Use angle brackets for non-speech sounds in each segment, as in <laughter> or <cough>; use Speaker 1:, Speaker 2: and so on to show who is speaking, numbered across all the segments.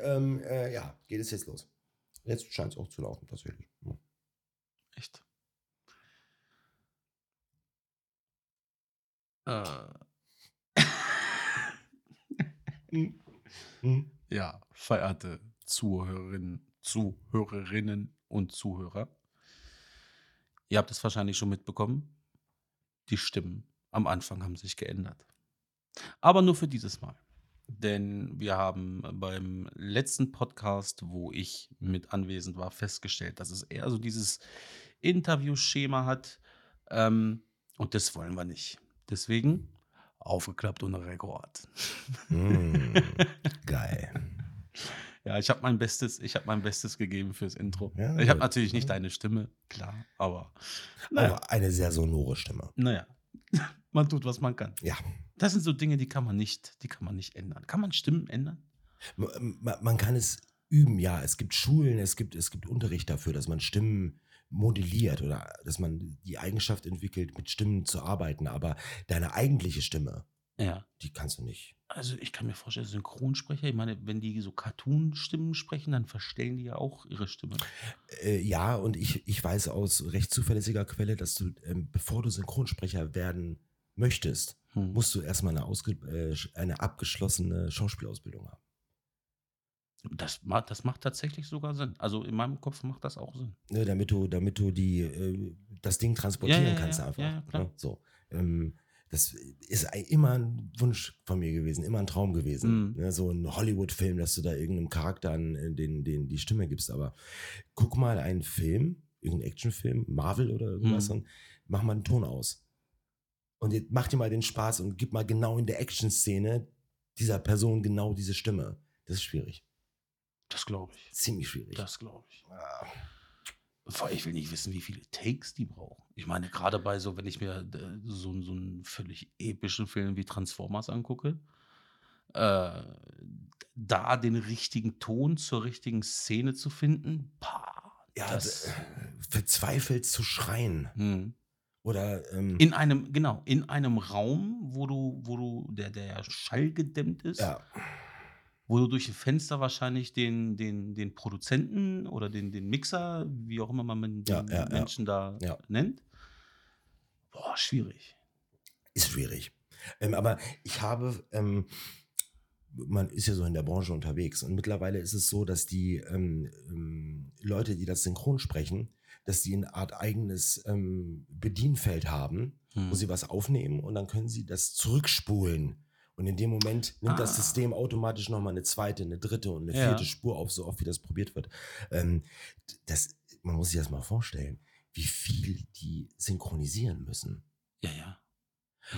Speaker 1: ähm, äh, ja, geht es jetzt los. Jetzt scheint es auch zu laufen, tatsächlich. Ja.
Speaker 2: Echt. Äh.
Speaker 1: Hm.
Speaker 2: ja, verehrte Zuhörerinnen, Zuhörerinnen und Zuhörer. Ihr habt es wahrscheinlich schon mitbekommen. Die Stimmen am Anfang haben sich geändert. Aber nur für dieses Mal. Denn wir haben beim letzten Podcast, wo ich mit anwesend war, festgestellt, dass es eher so dieses Interviewschema hat. Ähm, und das wollen wir nicht. Deswegen aufgeklappt ohne Rekord.
Speaker 1: Mm, geil.
Speaker 2: Ja, ich habe mein Bestes, ich habe mein Bestes gegeben fürs Intro.
Speaker 1: Ja,
Speaker 2: ich habe
Speaker 1: gut.
Speaker 2: natürlich nicht deine Stimme, klar, aber naja,
Speaker 1: Aber eine sehr sonore Stimme.
Speaker 2: naja. <laughs> man tut, was man kann.
Speaker 1: Ja.
Speaker 2: Das sind so Dinge, die kann man nicht, die kann man nicht ändern. Kann man Stimmen ändern?
Speaker 1: Man, man kann es üben, ja. Es gibt Schulen, es gibt, es gibt Unterricht dafür, dass man Stimmen modelliert oder dass man die Eigenschaft entwickelt, mit Stimmen zu arbeiten. Aber deine eigentliche Stimme,
Speaker 2: Ja.
Speaker 1: die kannst du nicht.
Speaker 2: Also ich kann mir vorstellen, Synchronsprecher, ich meine, wenn die so Cartoon-Stimmen sprechen, dann verstellen die ja auch ihre Stimme.
Speaker 1: Äh, ja, und ich, ich weiß aus recht zuverlässiger Quelle, dass du, ähm, bevor du Synchronsprecher werden möchtest,
Speaker 2: Hm.
Speaker 1: musst du erstmal eine, ausge äh, eine abgeschlossene Schauspielausbildung haben.
Speaker 2: Das, ma- das macht tatsächlich sogar Sinn. Also in meinem Kopf macht das auch Sinn.
Speaker 1: ne, damit du, damit du die, äh, das Ding transportieren
Speaker 2: Ja, ja, ja,
Speaker 1: kannst
Speaker 2: ja,
Speaker 1: einfach.
Speaker 2: ja, klar.
Speaker 1: ne, so. Ähm, das ist ei- immer ein Wunsch von mir gewesen, immer ein Traum gewesen.
Speaker 2: Mhm.
Speaker 1: Ne, so ein Hollywood-Film, dass du da irgendeinem Charakter an äh, den, den die Stimme gibst. Aber guck mal einen Film, irgendeinen Actionfilm, Marvel oder irgendwas,
Speaker 2: Mhm.
Speaker 1: und mach mal einen Ton aus. Und jetzt mach dir mal den Spaß und gib mal genau in der Action-Szene dieser Person genau diese Stimme. Das ist schwierig.
Speaker 2: Das glaube ich.
Speaker 1: Ziemlich schwierig.
Speaker 2: Das glaube ich.
Speaker 1: Ah.
Speaker 2: Vor allem, ich will nicht wissen, wie viele Takes die brauchen. Ich meine, gerade bei so, wenn ich mir äh, so, so einen völlig epischen Film wie Transformers angucke, äh, da den richtigen Ton zur richtigen Szene zu finden, pah,
Speaker 1: Ja,
Speaker 2: das,
Speaker 1: d- äh, verzweifelt zu schreien.
Speaker 2: hm.
Speaker 1: Oder ähm,
Speaker 2: in einem, genau, in einem Raum, wo du, wo du, der, der ja schallgedämmt ist,
Speaker 1: ja,
Speaker 2: wo du durch ein Fenster wahrscheinlich den, den, den Produzenten oder den, den Mixer, wie auch immer man den
Speaker 1: Ja, ja, ja.
Speaker 2: Menschen da
Speaker 1: Ja.
Speaker 2: nennt. Boah, schwierig.
Speaker 1: ist schwierig. Ähm, aber ich habe, ähm, man ist ja so in der Branche unterwegs und mittlerweile ist es so, dass die ähm, ähm, Leute, die das synchron sprechen, dass die eine Art eigenes ähm, Bedienfeld haben,
Speaker 2: Hm.
Speaker 1: wo sie was aufnehmen und dann können sie das zurückspulen. Und in dem Moment nimmt
Speaker 2: Ah.
Speaker 1: das System automatisch nochmal eine zweite, eine dritte und eine
Speaker 2: Ja.
Speaker 1: vierte Spur auf, so oft wie das probiert wird. Ähm, das, man muss sich das mal vorstellen, wie viel die synchronisieren müssen.
Speaker 2: Ja, ja.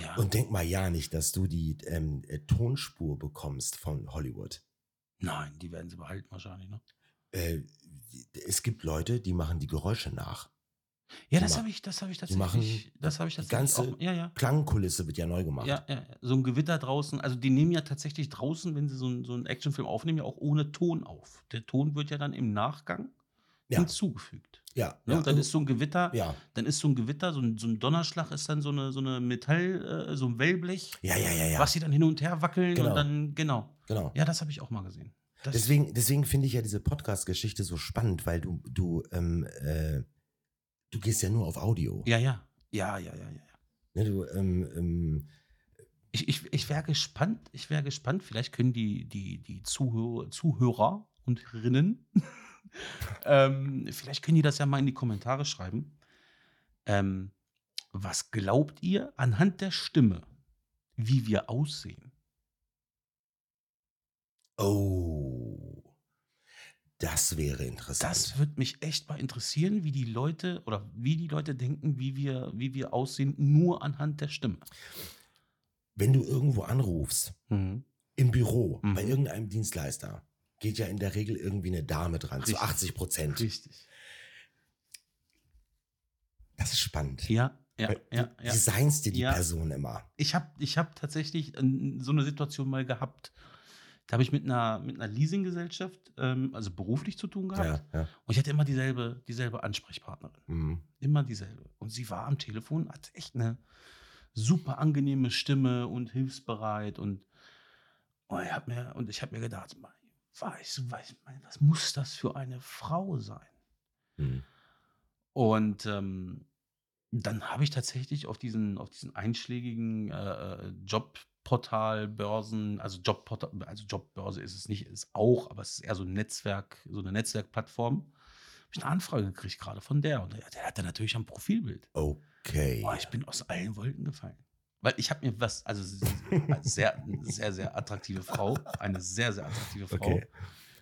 Speaker 2: ja.
Speaker 1: Und denk mal ja nicht, dass du die ähm, äh, Tonspur bekommst von Hollywood.
Speaker 2: Nein, die werden sie behalten wahrscheinlich, ne?
Speaker 1: Äh, es gibt Leute, die machen die Geräusche nach.
Speaker 2: Ja,
Speaker 1: Die
Speaker 2: das
Speaker 1: ma-
Speaker 2: habe ich, das habe ich
Speaker 1: die machen
Speaker 2: tatsächlich. Das habe ich tatsächlich.
Speaker 1: ganze
Speaker 2: auch, ja, ja.
Speaker 1: Klangkulisse wird ja neu gemacht.
Speaker 2: Ja, ja, ja. so ein Gewitter draußen. Also, die nehmen ja tatsächlich draußen, wenn sie so, ein, so einen Actionfilm aufnehmen, ja auch ohne Ton auf. Der Ton wird ja dann im Nachgang
Speaker 1: Ja.
Speaker 2: hinzugefügt.
Speaker 1: ja,
Speaker 2: Ne?
Speaker 1: ja. also
Speaker 2: Und dann ist so ein Gewitter,
Speaker 1: ja.
Speaker 2: dann ist so ein Gewitter, so ein, so ein Donnerschlag ist dann so eine, so eine Metall, äh, so ein Wellblech,
Speaker 1: ja, ja, ja, ja.
Speaker 2: was sie dann hin und her wackeln
Speaker 1: Genau.
Speaker 2: und dann, genau.
Speaker 1: Genau.
Speaker 2: Ja, das habe ich auch mal gesehen. Das,
Speaker 1: Deswegen, deswegen finde ich ja diese Podcast-Geschichte so spannend, weil du, du, ähm, äh, du gehst ja nur auf Audio.
Speaker 2: Ja, ja. Ja, ja, ja, ja.
Speaker 1: Ne, du, ähm, ähm,
Speaker 2: Ich, ich, ich wäre gespannt, ich wäre gespannt, vielleicht können die, die, die Zuhörer, Zuhörer und Hörerinnen, <laughs> ähm, vielleicht können die das ja mal in die Kommentare schreiben. Ähm, was glaubt ihr anhand der Stimme, wie wir aussehen?
Speaker 1: oh, das wäre interessant.
Speaker 2: Das würde mich echt mal interessieren, wie die Leute oder wie die Leute denken, wie wir, wie wir aussehen, nur anhand der Stimme.
Speaker 1: Wenn du irgendwo anrufst, im Büro,
Speaker 2: Mhm.
Speaker 1: bei irgendeinem Dienstleister, geht ja in der Regel irgendwie eine Dame dran,
Speaker 2: Richtig.
Speaker 1: zu 80 Prozent.
Speaker 2: Richtig.
Speaker 1: Das ist spannend.
Speaker 2: Ja, ja,
Speaker 1: Weil du
Speaker 2: ja, ja.
Speaker 1: designst dir die
Speaker 2: Ja.
Speaker 1: Person immer.
Speaker 2: Ich habe ich hab tatsächlich ähm, so eine Situation mal gehabt. Da habe ich mit einer, mit einer Leasinggesellschaft, ähm, also beruflich zu tun gehabt.
Speaker 1: Ja, ja.
Speaker 2: Und ich hatte immer dieselbe, dieselbe Ansprechpartnerin.
Speaker 1: Mhm.
Speaker 2: Immer dieselbe. Und sie war am Telefon, hat echt eine super oh, angenehme Stimme und hilfsbereit. Und, und ich habe mir, und ich hab mir gedacht, weiß, weiß, was muss das für eine Frau sein?
Speaker 1: Hm.
Speaker 2: Und ähm, dann habe ich tatsächlich auf diesen, auf diesen einschlägigen äh, Jobportalbörsen, also Jobportal, also Jobbörse ist es nicht, ist auch, aber es ist eher so ein Netzwerk, so eine Netzwerkplattform. Habe ich eine Anfrage gekriegt gerade von der und der, der hatte natürlich ein Profilbild.
Speaker 1: Okay.
Speaker 2: Boah, ich bin aus allen Wolken gefallen. Weil ich habe mir was, also sie- sehr, sehr, sehr attraktive Frau, eine sehr, sehr attraktive Frau.
Speaker 1: Okay.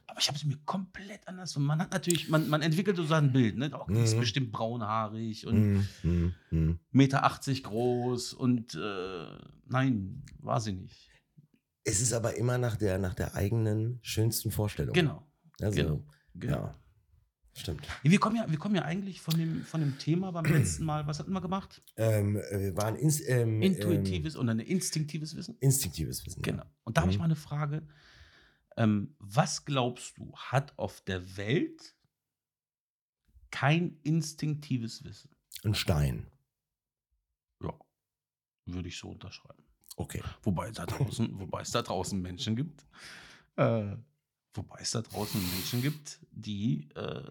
Speaker 2: Aber ich habe sie mir komplett anders. Und man hat natürlich, man, man entwickelt so ein Bild, ne? Auch, Die ist
Speaker 1: Mhm.
Speaker 2: bestimmt braunhaarig und
Speaker 1: Hm, hm, hm.
Speaker 2: Meter 80 groß und äh, nein, war sie nicht.
Speaker 1: Es ist aber immer nach der, nach der eigenen schönsten Vorstellung.
Speaker 2: Genau.
Speaker 1: Also,
Speaker 2: genau, genau.
Speaker 1: Ja. Stimmt.
Speaker 2: Wir, kommen ja, wir kommen ja eigentlich von dem, von dem Thema beim letzten Mal, was hatten wir gemacht?
Speaker 1: Ähm, äh, wir waren ins, ähm,
Speaker 2: Intuitives und ein instinktives Wissen.
Speaker 1: Ähm, instinktives Wissen.
Speaker 2: Genau. Und da habe ich
Speaker 1: Mhm.
Speaker 2: mal eine Frage. Ähm, was glaubst du, hat auf der Welt kein instinktives Wissen?
Speaker 1: Ein Stein.
Speaker 2: Ja, würde ich so unterschreiben.
Speaker 1: Okay.
Speaker 2: Wobei, da draußen, wobei es da draußen Menschen gibt, äh, wobei es da draußen Menschen gibt, die äh,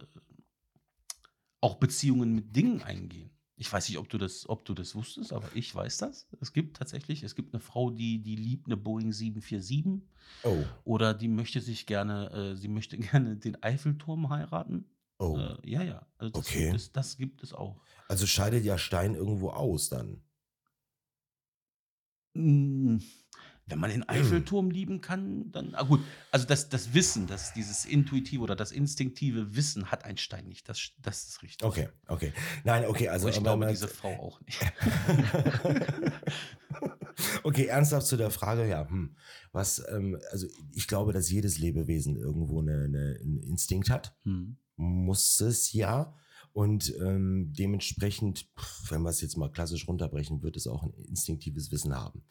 Speaker 2: auch Beziehungen mit Dingen eingehen. Ich weiß nicht, ob du das, ob du das wusstest, aber ich weiß das. Es gibt tatsächlich, es gibt eine Frau, die, die liebt eine Boeing 747
Speaker 1: Oh,
Speaker 2: oder die möchte sich gerne, äh, sie möchte <laughs> gerne den Eiffelturm heiraten.
Speaker 1: oh.
Speaker 2: Äh, ja, ja. Also das,
Speaker 1: Okay.
Speaker 2: gibt es, das gibt es auch.
Speaker 1: Also scheidet ja Stein irgendwo aus dann.
Speaker 2: Mm, Wenn man
Speaker 1: Hm.
Speaker 2: den Eiffelturm lieben kann, dann. Ah, gut, also das, das Wissen, das, dieses intuitive oder das instinktive Wissen hat ein Stein nicht. Das, das ist richtig.
Speaker 1: Okay, okay. Nein, okay, also
Speaker 2: Also ich
Speaker 1: aber
Speaker 2: glaube,
Speaker 1: man-
Speaker 2: <laughs> diese Frau auch nicht.
Speaker 1: <laughs> okay, ernsthaft zu der Frage, ja, hm, was, ähm, also ich glaube, dass jedes Lebewesen irgendwo eine, eine, einen Instinkt hat,
Speaker 2: Hm.
Speaker 1: muss es ja. Und ähm, dementsprechend, pff, wenn wir es jetzt mal klassisch runterbrechen, wird es auch ein instinktives Wissen haben.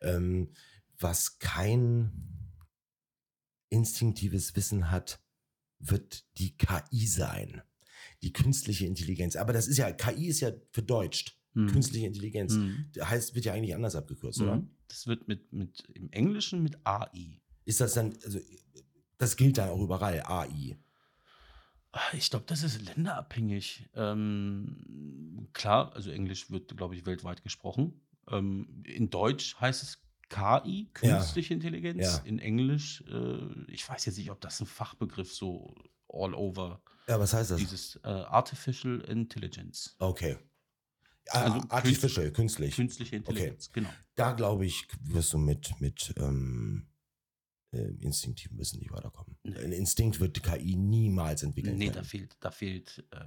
Speaker 1: Ähm, was kein instinktives Wissen hat, wird die KI sein. Die künstliche Intelligenz. Aber das ist ja, KI ist ja verdeutscht.
Speaker 2: Hm.
Speaker 1: Künstliche Intelligenz
Speaker 2: Hm.
Speaker 1: heißt, wird ja eigentlich anders abgekürzt, oder?
Speaker 2: Mhm. Das wird mit, mit im Englischen mit AI.
Speaker 1: Ist das dann, also das gilt dann auch überall, AI.
Speaker 2: Ah, Ich glaube, das ist länderabhängig. Ähm, klar, also Englisch wird, glaube ich, weltweit gesprochen. Ähm, in Deutsch heißt es KI,
Speaker 1: Ja.
Speaker 2: künstliche Intelligenz.
Speaker 1: Ja.
Speaker 2: In Englisch, äh, ich weiß jetzt nicht, ob das ein Fachbegriff so all over,
Speaker 1: Ja, was heißt das?
Speaker 2: dieses äh, Artificial Intelligence.
Speaker 1: Okay.
Speaker 2: Also
Speaker 1: Also, Artificial, künstlich.
Speaker 2: Künstliche Intelligenz, genau.
Speaker 1: Da glaube ich, wirst du mit, mit ähm, äh, instinktivem Wissen nicht weiterkommen.
Speaker 2: Nee.
Speaker 1: Ein Instinkt wird die KI niemals entwickeln.
Speaker 2: Nee, da
Speaker 1: können.
Speaker 2: fehlt, da fehlt. Äh,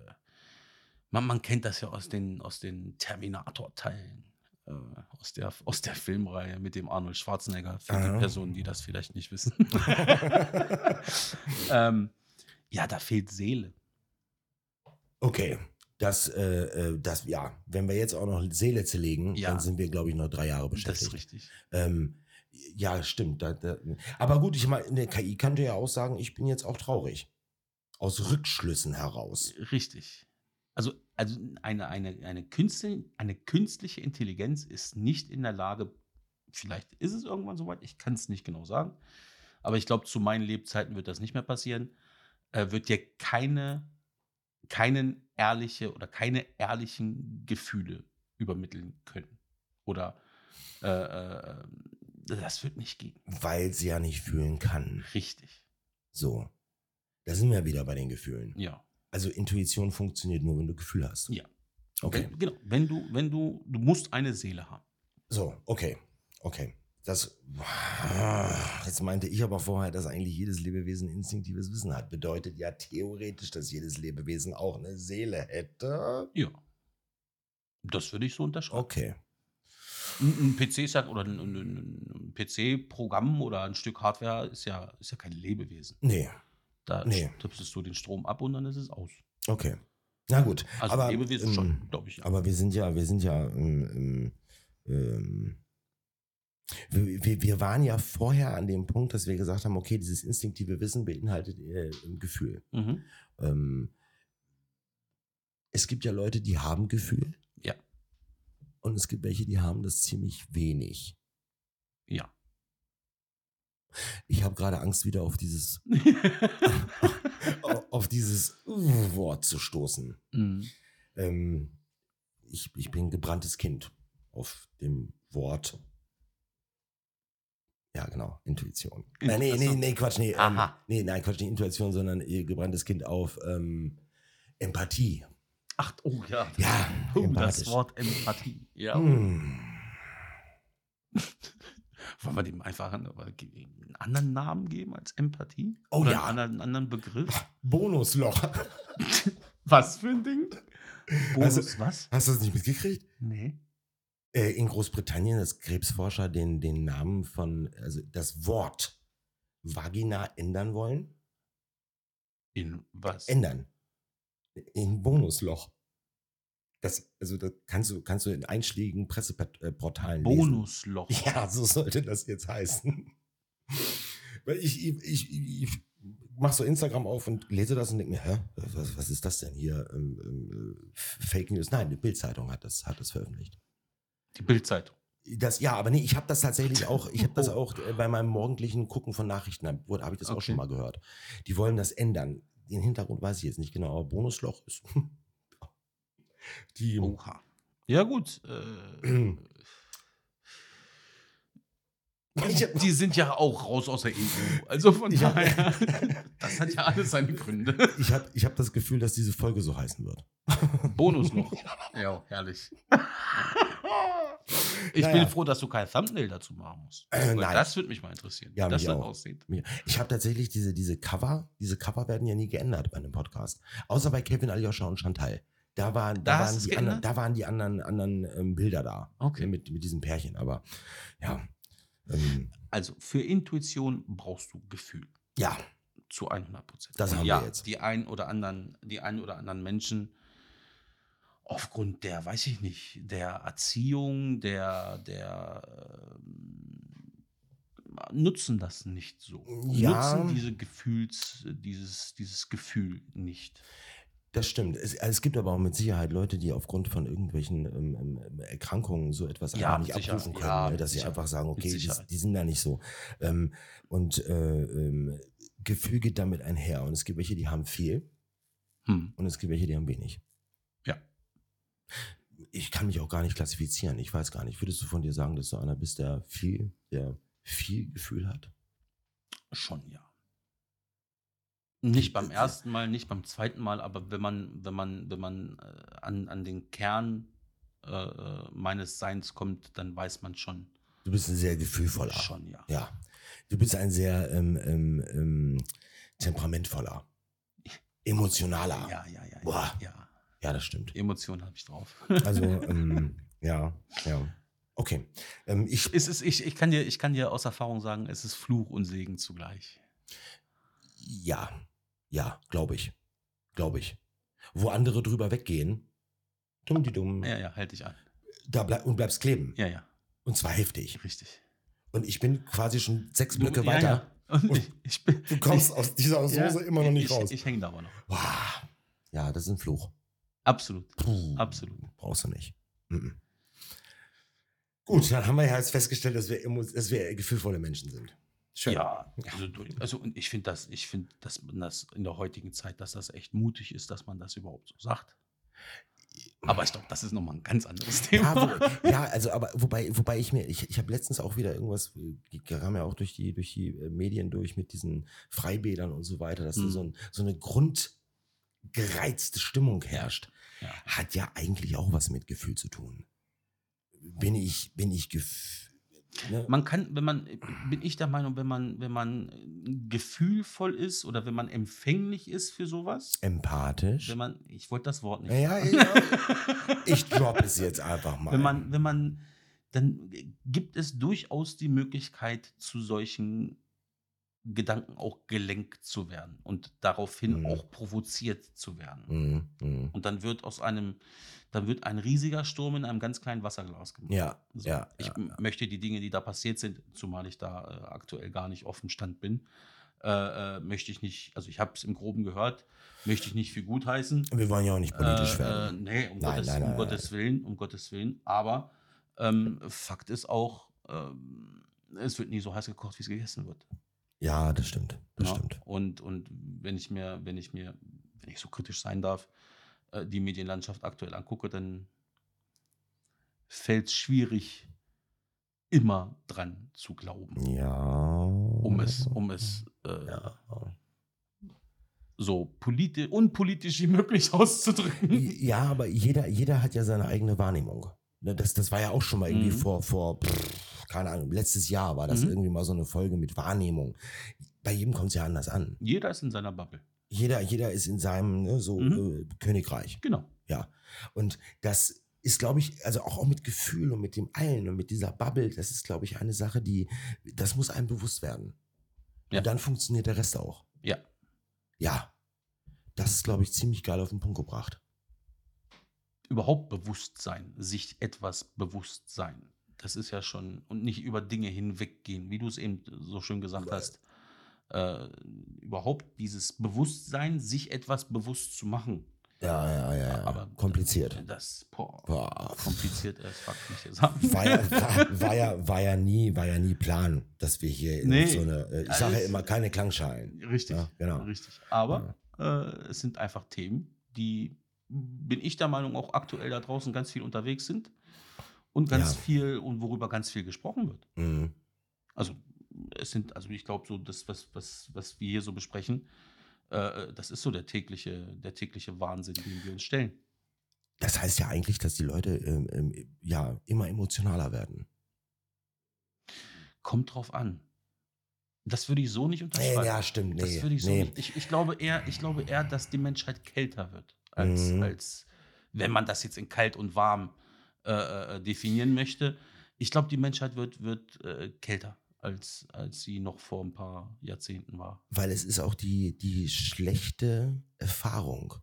Speaker 2: man, man kennt das ja aus den, aus den Terminator-Teilen. Äh, aus, der, aus der Filmreihe mit dem Arnold Schwarzenegger. Für
Speaker 1: Ah.
Speaker 2: die Personen, die das vielleicht nicht wissen. <laughs> ähm, ja, da fehlt Seele.
Speaker 1: Okay. Das, äh, äh, das, ja, wenn wir jetzt auch noch Seele zerlegen,
Speaker 2: Ja.
Speaker 1: dann sind wir, glaube ich, noch drei Jahre
Speaker 2: Das ist
Speaker 1: beschäftigt.
Speaker 2: richtig.
Speaker 1: Ähm, ja, stimmt. Da, da, aber gut, ich meine, eine KI könnte ja auch sagen, ich bin jetzt auch traurig. Aus Rückschlüssen heraus.
Speaker 2: Richtig. Also, also eine, eine, eine, Künstli eine künstliche Intelligenz ist nicht in der Lage, vielleicht ist es irgendwann soweit, ich kann es nicht genau sagen, aber ich glaube, zu meinen Lebzeiten wird das nicht mehr passieren, äh, wird dir keine, keinen ehrliche oder keine ehrlichen Gefühle übermitteln können. Oder äh, äh, das wird nicht gehen.
Speaker 1: Weil sie ja nicht fühlen kann.
Speaker 2: Richtig.
Speaker 1: So. Da sind wir wieder bei den Gefühlen.
Speaker 2: Ja.
Speaker 1: Also Intuition funktioniert nur, wenn du Gefühl hast.
Speaker 2: Ja.
Speaker 1: Okay.
Speaker 2: Wenn, genau. Wenn du, wenn du, du musst eine Seele haben.
Speaker 1: So, okay. Okay. Das. ah, Jetzt meinte ich aber vorher, dass eigentlich jedes Lebewesen instinktives Wissen hat. Bedeutet ja theoretisch, dass jedes Lebewesen auch eine Seele hätte.
Speaker 2: Ja. Das würde ich so unterschreiben.
Speaker 1: Okay.
Speaker 2: Ein ein PC sagt oder ein, ein- ein, ein PC-Programm oder ein Stück Hardware ist ja, ist ja kein Lebewesen.
Speaker 1: Nee.
Speaker 2: Da
Speaker 1: Nee.
Speaker 2: stöpselst du den Strom ab und dann ist es aus.
Speaker 1: Okay. Na gut.
Speaker 2: Also
Speaker 1: aber,
Speaker 2: Lebewesen
Speaker 1: ähm,
Speaker 2: schon, glaube ich.
Speaker 1: Aber wir sind ja, wir sind ja, ähm, ähm, ähm, wir, wir- wir waren ja vorher an dem Punkt, dass wir gesagt haben, okay, dieses instinktive Wissen beinhaltet äh, ein Gefühl.
Speaker 2: mhm.
Speaker 1: Ähm, es gibt ja Leute, die haben Gefühl.
Speaker 2: Ja.
Speaker 1: Und es gibt welche, die haben das ziemlich wenig.
Speaker 2: Ja.
Speaker 1: Ich habe gerade Angst, wieder auf dieses, auf dieses Wort zu stoßen.
Speaker 2: Mhm.
Speaker 1: Ähm, ich, ich bin gebranntes Kind auf dem Wort. Ja, genau, Intuition. Nein, nee,
Speaker 2: Ach
Speaker 1: nee,
Speaker 2: so.
Speaker 1: nee, Quatsch, nee. Ähm,
Speaker 2: Aha.
Speaker 1: nee, nein, Quatsch, nicht Intuition, sondern eh, gebranntes Kind auf ähm, Empathie.
Speaker 2: Ach, oh ja.
Speaker 1: Ja,
Speaker 2: Oh, das
Speaker 1: empathisch.
Speaker 2: Wort Empathie. Ja.
Speaker 1: Hm.
Speaker 2: Wollen wir dem einfach einen, aber ge- einen anderen Namen geben als Empathie?
Speaker 1: Oh
Speaker 2: Oder
Speaker 1: ja.
Speaker 2: Einen anderen, einen anderen Begriff?
Speaker 1: Bonusloch. <laughs>
Speaker 2: Was für ein Ding? Bonus
Speaker 1: Also-
Speaker 2: was?
Speaker 1: Hast du das nicht mitgekriegt?
Speaker 2: Nee.
Speaker 1: Äh, in Großbritannien, dass Krebsforscher den, den Namen von, also das Wort Vagina ändern wollen?
Speaker 2: In was?
Speaker 1: Ändern. In Bonusloch. Das, also das kannst du, kannst du in einschlägigen Presseportalen lesen.
Speaker 2: Bonusloch.
Speaker 1: <laughs> Ja, so sollte das jetzt heißen. Weil ich, ich, ich, ich mache so Instagram auf und lese das und denke mir, hä, was, was ist das denn hier? Ähm, ähm, Fake News. Nein, die Bildzeitung hat das, hat das veröffentlicht.
Speaker 2: Die Bildzeitung.
Speaker 1: Das, ja, aber nee, ich habe das tatsächlich auch, ich habe das <laughs>
Speaker 2: Oh.
Speaker 1: auch äh, bei meinem morgendlichen Gucken von Nachrichten, habe hab ich das auch
Speaker 2: Okay.
Speaker 1: schon mal gehört. Die wollen das ändern. Den Hintergrund weiß ich jetzt nicht genau, aber Bonusloch ist <laughs> die <clears throat>
Speaker 2: Oha. Ja, gut. Äh,
Speaker 1: Ich hab-
Speaker 2: die sind ja auch raus aus der EU. Also von
Speaker 1: Ich hab- <laughs>
Speaker 2: daher, das hat ja alles seine Gründe.
Speaker 1: Ich habe ich hab das Gefühl, dass diese Folge so heißen wird.
Speaker 2: Bonusloch. <laughs> Ja,
Speaker 1: <laughs>
Speaker 2: herrlich. Ich
Speaker 1: Naja.
Speaker 2: bin froh, dass du kein Thumbnail dazu machen musst.
Speaker 1: Äh,
Speaker 2: Weil
Speaker 1: nein.
Speaker 2: Das würde mich mal interessieren,
Speaker 1: Ja,
Speaker 2: wie das
Speaker 1: mich
Speaker 2: dann
Speaker 1: auch.
Speaker 2: aussieht.
Speaker 1: Ich habe tatsächlich diese, diese Cover, diese Cover werden ja nie geändert bei einem Podcast. Außer bei Kevin Aljoscha und Chantal. Da, war, da,
Speaker 2: Da hast
Speaker 1: waren,
Speaker 2: du's
Speaker 1: die anderen,
Speaker 2: geändert?
Speaker 1: da waren die anderen, anderen ähm, Bilder da.
Speaker 2: Okay.
Speaker 1: Mit, mit diesem Pärchen. Aber ja. Ähm,
Speaker 2: Also für Intuition brauchst du Gefühl.
Speaker 1: ja.
Speaker 2: zu 100 Prozent.
Speaker 1: Das
Speaker 2: Und
Speaker 1: haben wir
Speaker 2: ja,
Speaker 1: jetzt.
Speaker 2: Die ein oder anderen, die ein oder anderen Menschen aufgrund der, weiß ich nicht, der Erziehung, der, der ähm, nutzen das nicht so.
Speaker 1: Ja.
Speaker 2: Nutzen diese Gefühls, dieses, dieses Gefühl nicht.
Speaker 1: Das stimmt. Es, es gibt aber auch mit Sicherheit Leute, die aufgrund von irgendwelchen ähm, ähm, Erkrankungen so etwas
Speaker 2: Ja,
Speaker 1: einfach
Speaker 2: mit
Speaker 1: nicht
Speaker 2: Sicherheit.
Speaker 1: abrufen können,
Speaker 2: Ja,
Speaker 1: ne?
Speaker 2: mit
Speaker 1: dass sie
Speaker 2: Sicherheit.
Speaker 1: einfach sagen,
Speaker 2: Mit
Speaker 1: okay, die,
Speaker 2: Sicherheit.
Speaker 1: die sind da nicht so. Ähm, und äh, ähm, Gefühl geht damit einher. Und es gibt welche, die haben viel
Speaker 2: Hm.
Speaker 1: und es gibt welche, die haben wenig.
Speaker 2: Ja.
Speaker 1: Ich kann mich auch gar nicht klassifizieren. Ich weiß gar nicht. Würdest du von dir sagen, dass du einer bist, der viel, der viel Gefühl hat?
Speaker 2: Schon ja.
Speaker 1: Mhm.
Speaker 2: Nicht beim ersten Mal, nicht beim zweiten Mal, aber wenn man, wenn man, wenn man äh, an, an den Kern äh, äh, meines Seins kommt, dann weiß man schon.
Speaker 1: Du bist ein sehr gefühlvoller.
Speaker 2: Schon, ja.
Speaker 1: Ja. Du bist ein sehr ähm, ähm, ähm, temperamentvoller, emotionaler.
Speaker 2: Ja, ja, ja.
Speaker 1: Boah.
Speaker 2: Ja, ja.
Speaker 1: Ja, das stimmt.
Speaker 2: Emotionen habe ich drauf. <laughs>
Speaker 1: Also, ähm, ja, ja. Okay. Ähm, ich,
Speaker 2: es ist, ich, ich, kann dir, ich kann dir aus Erfahrung sagen, es ist Fluch und Segen zugleich.
Speaker 1: ja, ja, glaube ich. Glaube ich. Wo andere drüber weggehen, dumm die dumm,
Speaker 2: Ja, ja, halt dich an.
Speaker 1: da bleib, und bleibst kleben.
Speaker 2: Ja, ja,
Speaker 1: Und zwar heftig.
Speaker 2: richtig.
Speaker 1: Und ich bin quasi schon sechs Blöcke
Speaker 2: ja,
Speaker 1: weiter.
Speaker 2: Ja. Und
Speaker 1: Und
Speaker 2: ich, ich bin,
Speaker 1: Du
Speaker 2: <laughs>
Speaker 1: kommst aus dieser
Speaker 2: ja,
Speaker 1: Soße immer noch nicht
Speaker 2: ich,
Speaker 1: raus.
Speaker 2: Ich, ich hänge da aber noch.
Speaker 1: Wow. Ja, das ist ein Fluch.
Speaker 2: Absolut.
Speaker 1: Puh.
Speaker 2: Absolut.
Speaker 1: Brauchst du nicht. Mhm. Gut, dann haben wir ja jetzt festgestellt, dass wir, emo- dass wir gefühlvolle Menschen sind. Schön.
Speaker 2: Ja, also, du- also und ich finde das, ich finde, dass man das in der heutigen Zeit, dass das echt mutig ist, dass man das überhaupt so sagt. Aber ich glaube, das ist nochmal ein ganz anderes Thema. <laughs>
Speaker 1: Ja, wo, ja, also aber wobei, wobei ich mir, ich, ich habe letztens auch wieder irgendwas, äh, kam ja auch durch die, durch die äh, Medien durch mit diesen Freibädern und so weiter, dass da
Speaker 2: Mhm.
Speaker 1: so, ein, so eine grundgereizte Stimmung herrscht,
Speaker 2: Ja.
Speaker 1: hat ja eigentlich auch was mit Gefühl zu tun. Bin ich, bin ich gef ne?
Speaker 2: Man kann, wenn man, bin ich der Meinung, wenn man, wenn man gefühlvoll ist oder wenn man empfänglich ist für sowas,
Speaker 1: empathisch?
Speaker 2: wenn man, ich wollte das Wort nicht.
Speaker 1: Ja,
Speaker 2: sagen. <laughs>
Speaker 1: ja, ich droppe es jetzt einfach mal.
Speaker 2: wenn man, wenn man, dann gibt es durchaus die Möglichkeit, zu solchen Gedanken auch gelenkt zu werden und daraufhin
Speaker 1: Mhm.
Speaker 2: auch provoziert zu werden.
Speaker 1: Mhm, mhm.
Speaker 2: Und dann wird aus einem, dann wird ein riesiger Sturm in einem ganz kleinen Wasserglas gemacht.
Speaker 1: Ja,
Speaker 2: So,
Speaker 1: ja,
Speaker 2: ich
Speaker 1: ja,
Speaker 2: m- möchte die Dinge, die da passiert sind, zumal ich da äh, aktuell gar nicht auf dem Stand bin, äh, äh, möchte ich nicht, also ich habe es im Groben gehört, möchte ich nicht für gut heißen.
Speaker 1: wir wollen ja auch nicht politisch
Speaker 2: äh,
Speaker 1: werden.
Speaker 2: Äh, nee, um,
Speaker 1: Nein,
Speaker 2: Gottes,
Speaker 1: nein, nein,
Speaker 2: um Gottes Willen, um Gottes Willen. Aber ähm, Fakt ist auch, ähm, es wird nie so heiß gekocht, wie es gegessen wird.
Speaker 1: Ja, das stimmt. Das
Speaker 2: Ja,
Speaker 1: stimmt.
Speaker 2: Ne? Und, und wenn ich mir, wenn ich mir, wenn ich so kritisch sein darf, äh, die Medienlandschaft aktuell angucke, dann fällt es schwierig, immer dran zu glauben,
Speaker 1: Ja.
Speaker 2: um es, um es äh,
Speaker 1: Ja.
Speaker 2: so politi unpolitisch wie möglich <laughs> auszudrücken.
Speaker 1: Hm? ja, aber jeder, jeder hat ja seine eigene Wahrnehmung. Ne, Das, das war ja auch schon mal irgendwie
Speaker 2: Mhm.
Speaker 1: vor, vor pff, keine Ahnung, letztes Jahr war das
Speaker 2: Mhm.
Speaker 1: irgendwie mal so eine Folge mit Wahrnehmung. Bei jedem kommt es ja anders an.
Speaker 2: Jeder ist in seiner Bubble.
Speaker 1: Jeder, jeder ist in seinem ne, so
Speaker 2: Mhm.
Speaker 1: äh, Königreich.
Speaker 2: Genau.
Speaker 1: Und das ist, glaube ich, also auch, auch mit Gefühl und mit dem Allen und mit dieser Bubble, das ist, glaube ich, eine Sache, die, das muss einem bewusst werden.
Speaker 2: Ja.
Speaker 1: Und dann funktioniert der Rest auch.
Speaker 2: Ja.
Speaker 1: Ja. Das ist, glaube ich, ziemlich geil auf den Punkt gebracht.
Speaker 2: Überhaupt Bewusstsein, sich etwas bewusst sein. Das ist ja schon, und nicht über Dinge hinweggehen, wie du es eben so schön gesagt
Speaker 1: Überall.
Speaker 2: hast. Äh, überhaupt dieses Bewusstsein, sich etwas bewusst zu machen.
Speaker 1: Ja, ja, ja. ja.
Speaker 2: Aber
Speaker 1: kompliziert.
Speaker 2: Das, boah,
Speaker 1: Boah.
Speaker 2: kompliziert als fuck nicht gesagt.
Speaker 1: War
Speaker 2: <laughs>
Speaker 1: ja, war, war, ja, war ja nie, war ja nie Plan, dass wir hier in
Speaker 2: Nee.
Speaker 1: so eine, äh, ich sage ja
Speaker 2: Alles-
Speaker 1: immer, keine Klangschalen.
Speaker 2: Richtig,
Speaker 1: Ja, genau.
Speaker 2: richtig. Aber äh, es sind einfach Themen, die, bin ich der Meinung, auch aktuell da draußen ganz viel unterwegs sind und ganz
Speaker 1: Ja.
Speaker 2: viel und worüber ganz viel gesprochen wird.
Speaker 1: Mhm.
Speaker 2: Also es sind, also ich glaube, so das, was, was, was wir hier so besprechen, äh, das ist so der tägliche, der tägliche Wahnsinn, den wir uns stellen.
Speaker 1: Das heißt ja eigentlich, dass die Leute ähm, ähm, ja immer emotionaler werden.
Speaker 2: Kommt drauf an. Das würde ich so nicht
Speaker 1: Nee,
Speaker 2: unterschreiben.
Speaker 1: ja, stimmt. Nee,
Speaker 2: das würde ich so
Speaker 1: nee.
Speaker 2: nicht. Ich, ich, glaube eher, ich glaube eher, dass die Menschheit kälter wird, als,
Speaker 1: Mhm.
Speaker 2: als wenn man das jetzt in kalt und warm äh, äh, definieren möchte. Ich glaube, die Menschheit wird, wird äh, kälter, als, als sie noch vor ein paar Jahrzehnten war.
Speaker 1: weil es ist auch die, die schlechte Erfahrung.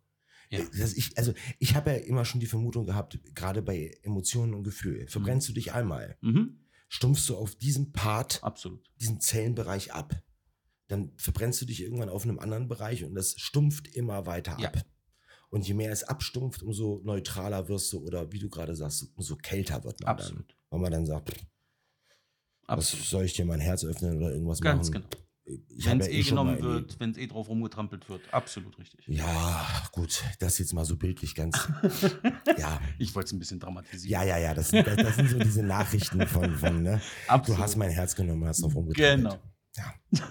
Speaker 2: Ja.
Speaker 1: Dass ich, also ich habe ja immer schon die Vermutung gehabt, gerade bei Emotionen und Gefühl, verbrennst du dich einmal,
Speaker 2: Mhm.
Speaker 1: stumpfst du auf diesen Part,
Speaker 2: Absolut.
Speaker 1: diesen Zellenbereich ab, dann verbrennst du dich irgendwann auf einem anderen Bereich und das stumpft immer weiter
Speaker 2: Ja.
Speaker 1: ab. Und je mehr es abstumpft, umso neutraler wirst du oder wie du gerade sagst, umso kälter wird man dann.
Speaker 2: Absolut.
Speaker 1: Weil man dann sagt, pff, was
Speaker 2: Absolut.
Speaker 1: soll ich dir mein Herz öffnen oder irgendwas
Speaker 2: Ganz
Speaker 1: machen?
Speaker 2: genau.
Speaker 1: Ganz genau.
Speaker 2: Wenn es eh genommen wird, wenn es eh drauf rumgetrampelt wird. Absolut richtig.
Speaker 1: Ja, gut, das jetzt mal so bildlich ganz. <laughs> ja,
Speaker 2: Ich wollte es ein bisschen dramatisieren.
Speaker 1: ja, ja, ja, das, sind- das, das sind so diese Nachrichten von, von ne? Du
Speaker 2: Absolut.
Speaker 1: hast mein Herz genommen, hast drauf rumgetrampelt.
Speaker 2: Genau.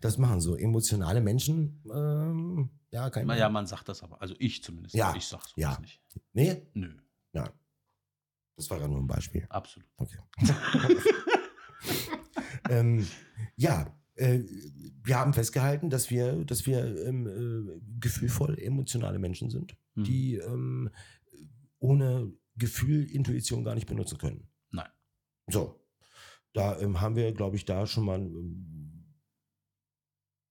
Speaker 1: Das machen so emotionale Menschen. Ähm, ja, kein
Speaker 2: Na Ja, man sagt das aber. Also ich zumindest.
Speaker 1: Ja.
Speaker 2: Ich sag sowas
Speaker 1: Ja.
Speaker 2: nicht.
Speaker 1: Nee,
Speaker 2: Nö,
Speaker 1: das war gerade nur ein Beispiel.
Speaker 2: absolut.
Speaker 1: ähm, ja, äh, wir haben festgehalten, dass wir, dass wir ähm, äh, gefühlvoll emotionale Menschen sind,
Speaker 2: Mhm.
Speaker 1: die ähm, ohne Gefühl, Intuition gar nicht benutzen können.
Speaker 2: Nein.
Speaker 1: So, da ähm, haben wir, glaube ich, da schon mal einen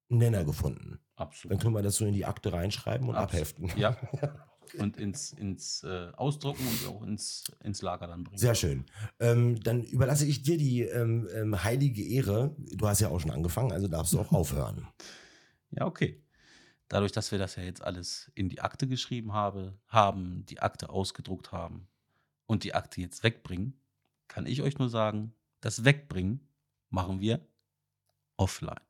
Speaker 1: ähm, Nenner gefunden. Dann
Speaker 2: Absolut.
Speaker 1: können wir das so in die Akte reinschreiben und
Speaker 2: Absolut.
Speaker 1: abheften. <laughs>
Speaker 2: Ja. Und ins, ins äh, Ausdrucken und auch ins, ins Lager dann bringen.
Speaker 1: Sehr schön. Ähm, dann überlasse ich dir die ähm, ähm, heilige Ehre. Du hast ja auch schon angefangen, also darfst
Speaker 2: <laughs>
Speaker 1: du auch aufhören.
Speaker 2: Ja, okay. Dadurch, dass wir das ja jetzt alles in die Akte geschrieben habe, haben, die Akte ausgedruckt haben und die Akte jetzt wegbringen, kann ich euch nur sagen, das Wegbringen machen wir offline.